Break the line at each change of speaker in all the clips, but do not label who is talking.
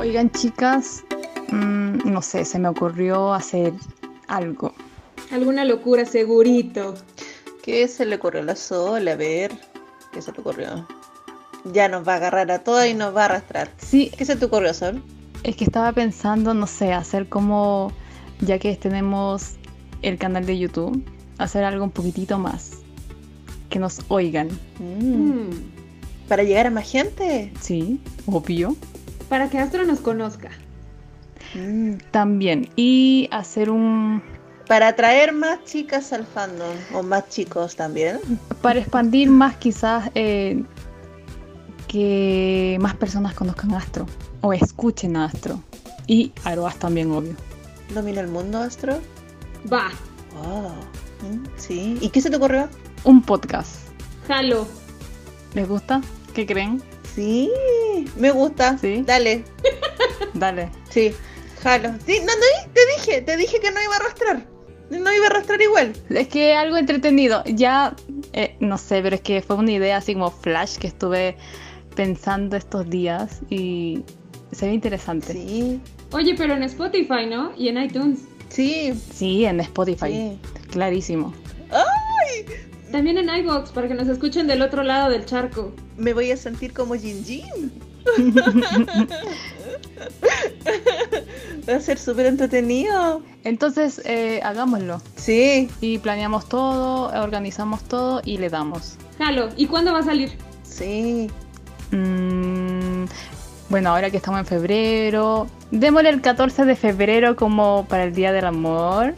Oigan, chicas, mm, no sé, se me ocurrió hacer algo.
Alguna locura, segurito.
¿Qué se le ocurrió a la Sol? A ver, ¿qué se le ocurrió? Ya nos va a agarrar a todas y nos va a arrastrar.
Sí,
¿Qué se te ocurrió, Sol?
es que estaba pensando, no sé, hacer como, ya que tenemos el canal de YouTube, hacer algo un poquitito más. Que nos oigan,
Mm, ¿Para llegar a más gente?
sí, obvio.
Para que Astro nos conozca.
Mm,
También. Y hacer un...
¿Para atraer más chicas al fandom? ¿O más chicos también?
Para expandir más quizás eh, que más personas conozcan Astro. O escuchen a Astro. Y Aroas también, obvio.
¿Domina el mundo, Astro?
Va,
Wow. Mm, Sí. ¿Y qué se te ocurrió?
Un podcast.
jalo.
¿Les gusta? ¿Qué creen?
Sí, me gusta.
Sí.
Dale,
Dale.
sí. Jalo. Sí, no, no, te dije, te dije que no iba a arrastrar. No iba a arrastrar igual.
Es que algo entretenido. Ya, eh, no sé, pero es que fue una idea así como flash que estuve pensando estos días y se ve interesante. Sí,
Sí,
Oye, pero en Spotify, ¿no? Y en iTunes.
sí,
en Spotify.
sí.
Clarísimo.
También en iVoox, para que nos escuchen del otro lado del charco.
Me voy a sentir como Jin Jin. Va a ser súper entretenido.
Entonces, eh, hagámoslo.
Sí,
Y planeamos todo, organizamos todo y le damos.
Jalo. ¿Y cuándo va a salir?
sí.
Mm, bueno, ahora que estamos en febrero, démosle el 14 de febrero como para el Día del Amor.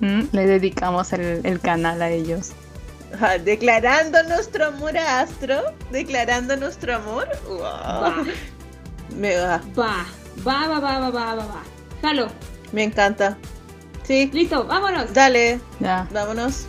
Mm, le dedicamos el- el canal a ellos.
Ah, Declarando nuestro amor a Astro. Declarando nuestro amor. Wow.
Va,
Me, ah,
va, va, va, va, va, va, va, va. Jalo.
me encanta. Sí,
Listo, vámonos.
dale,
Ya.
vámonos.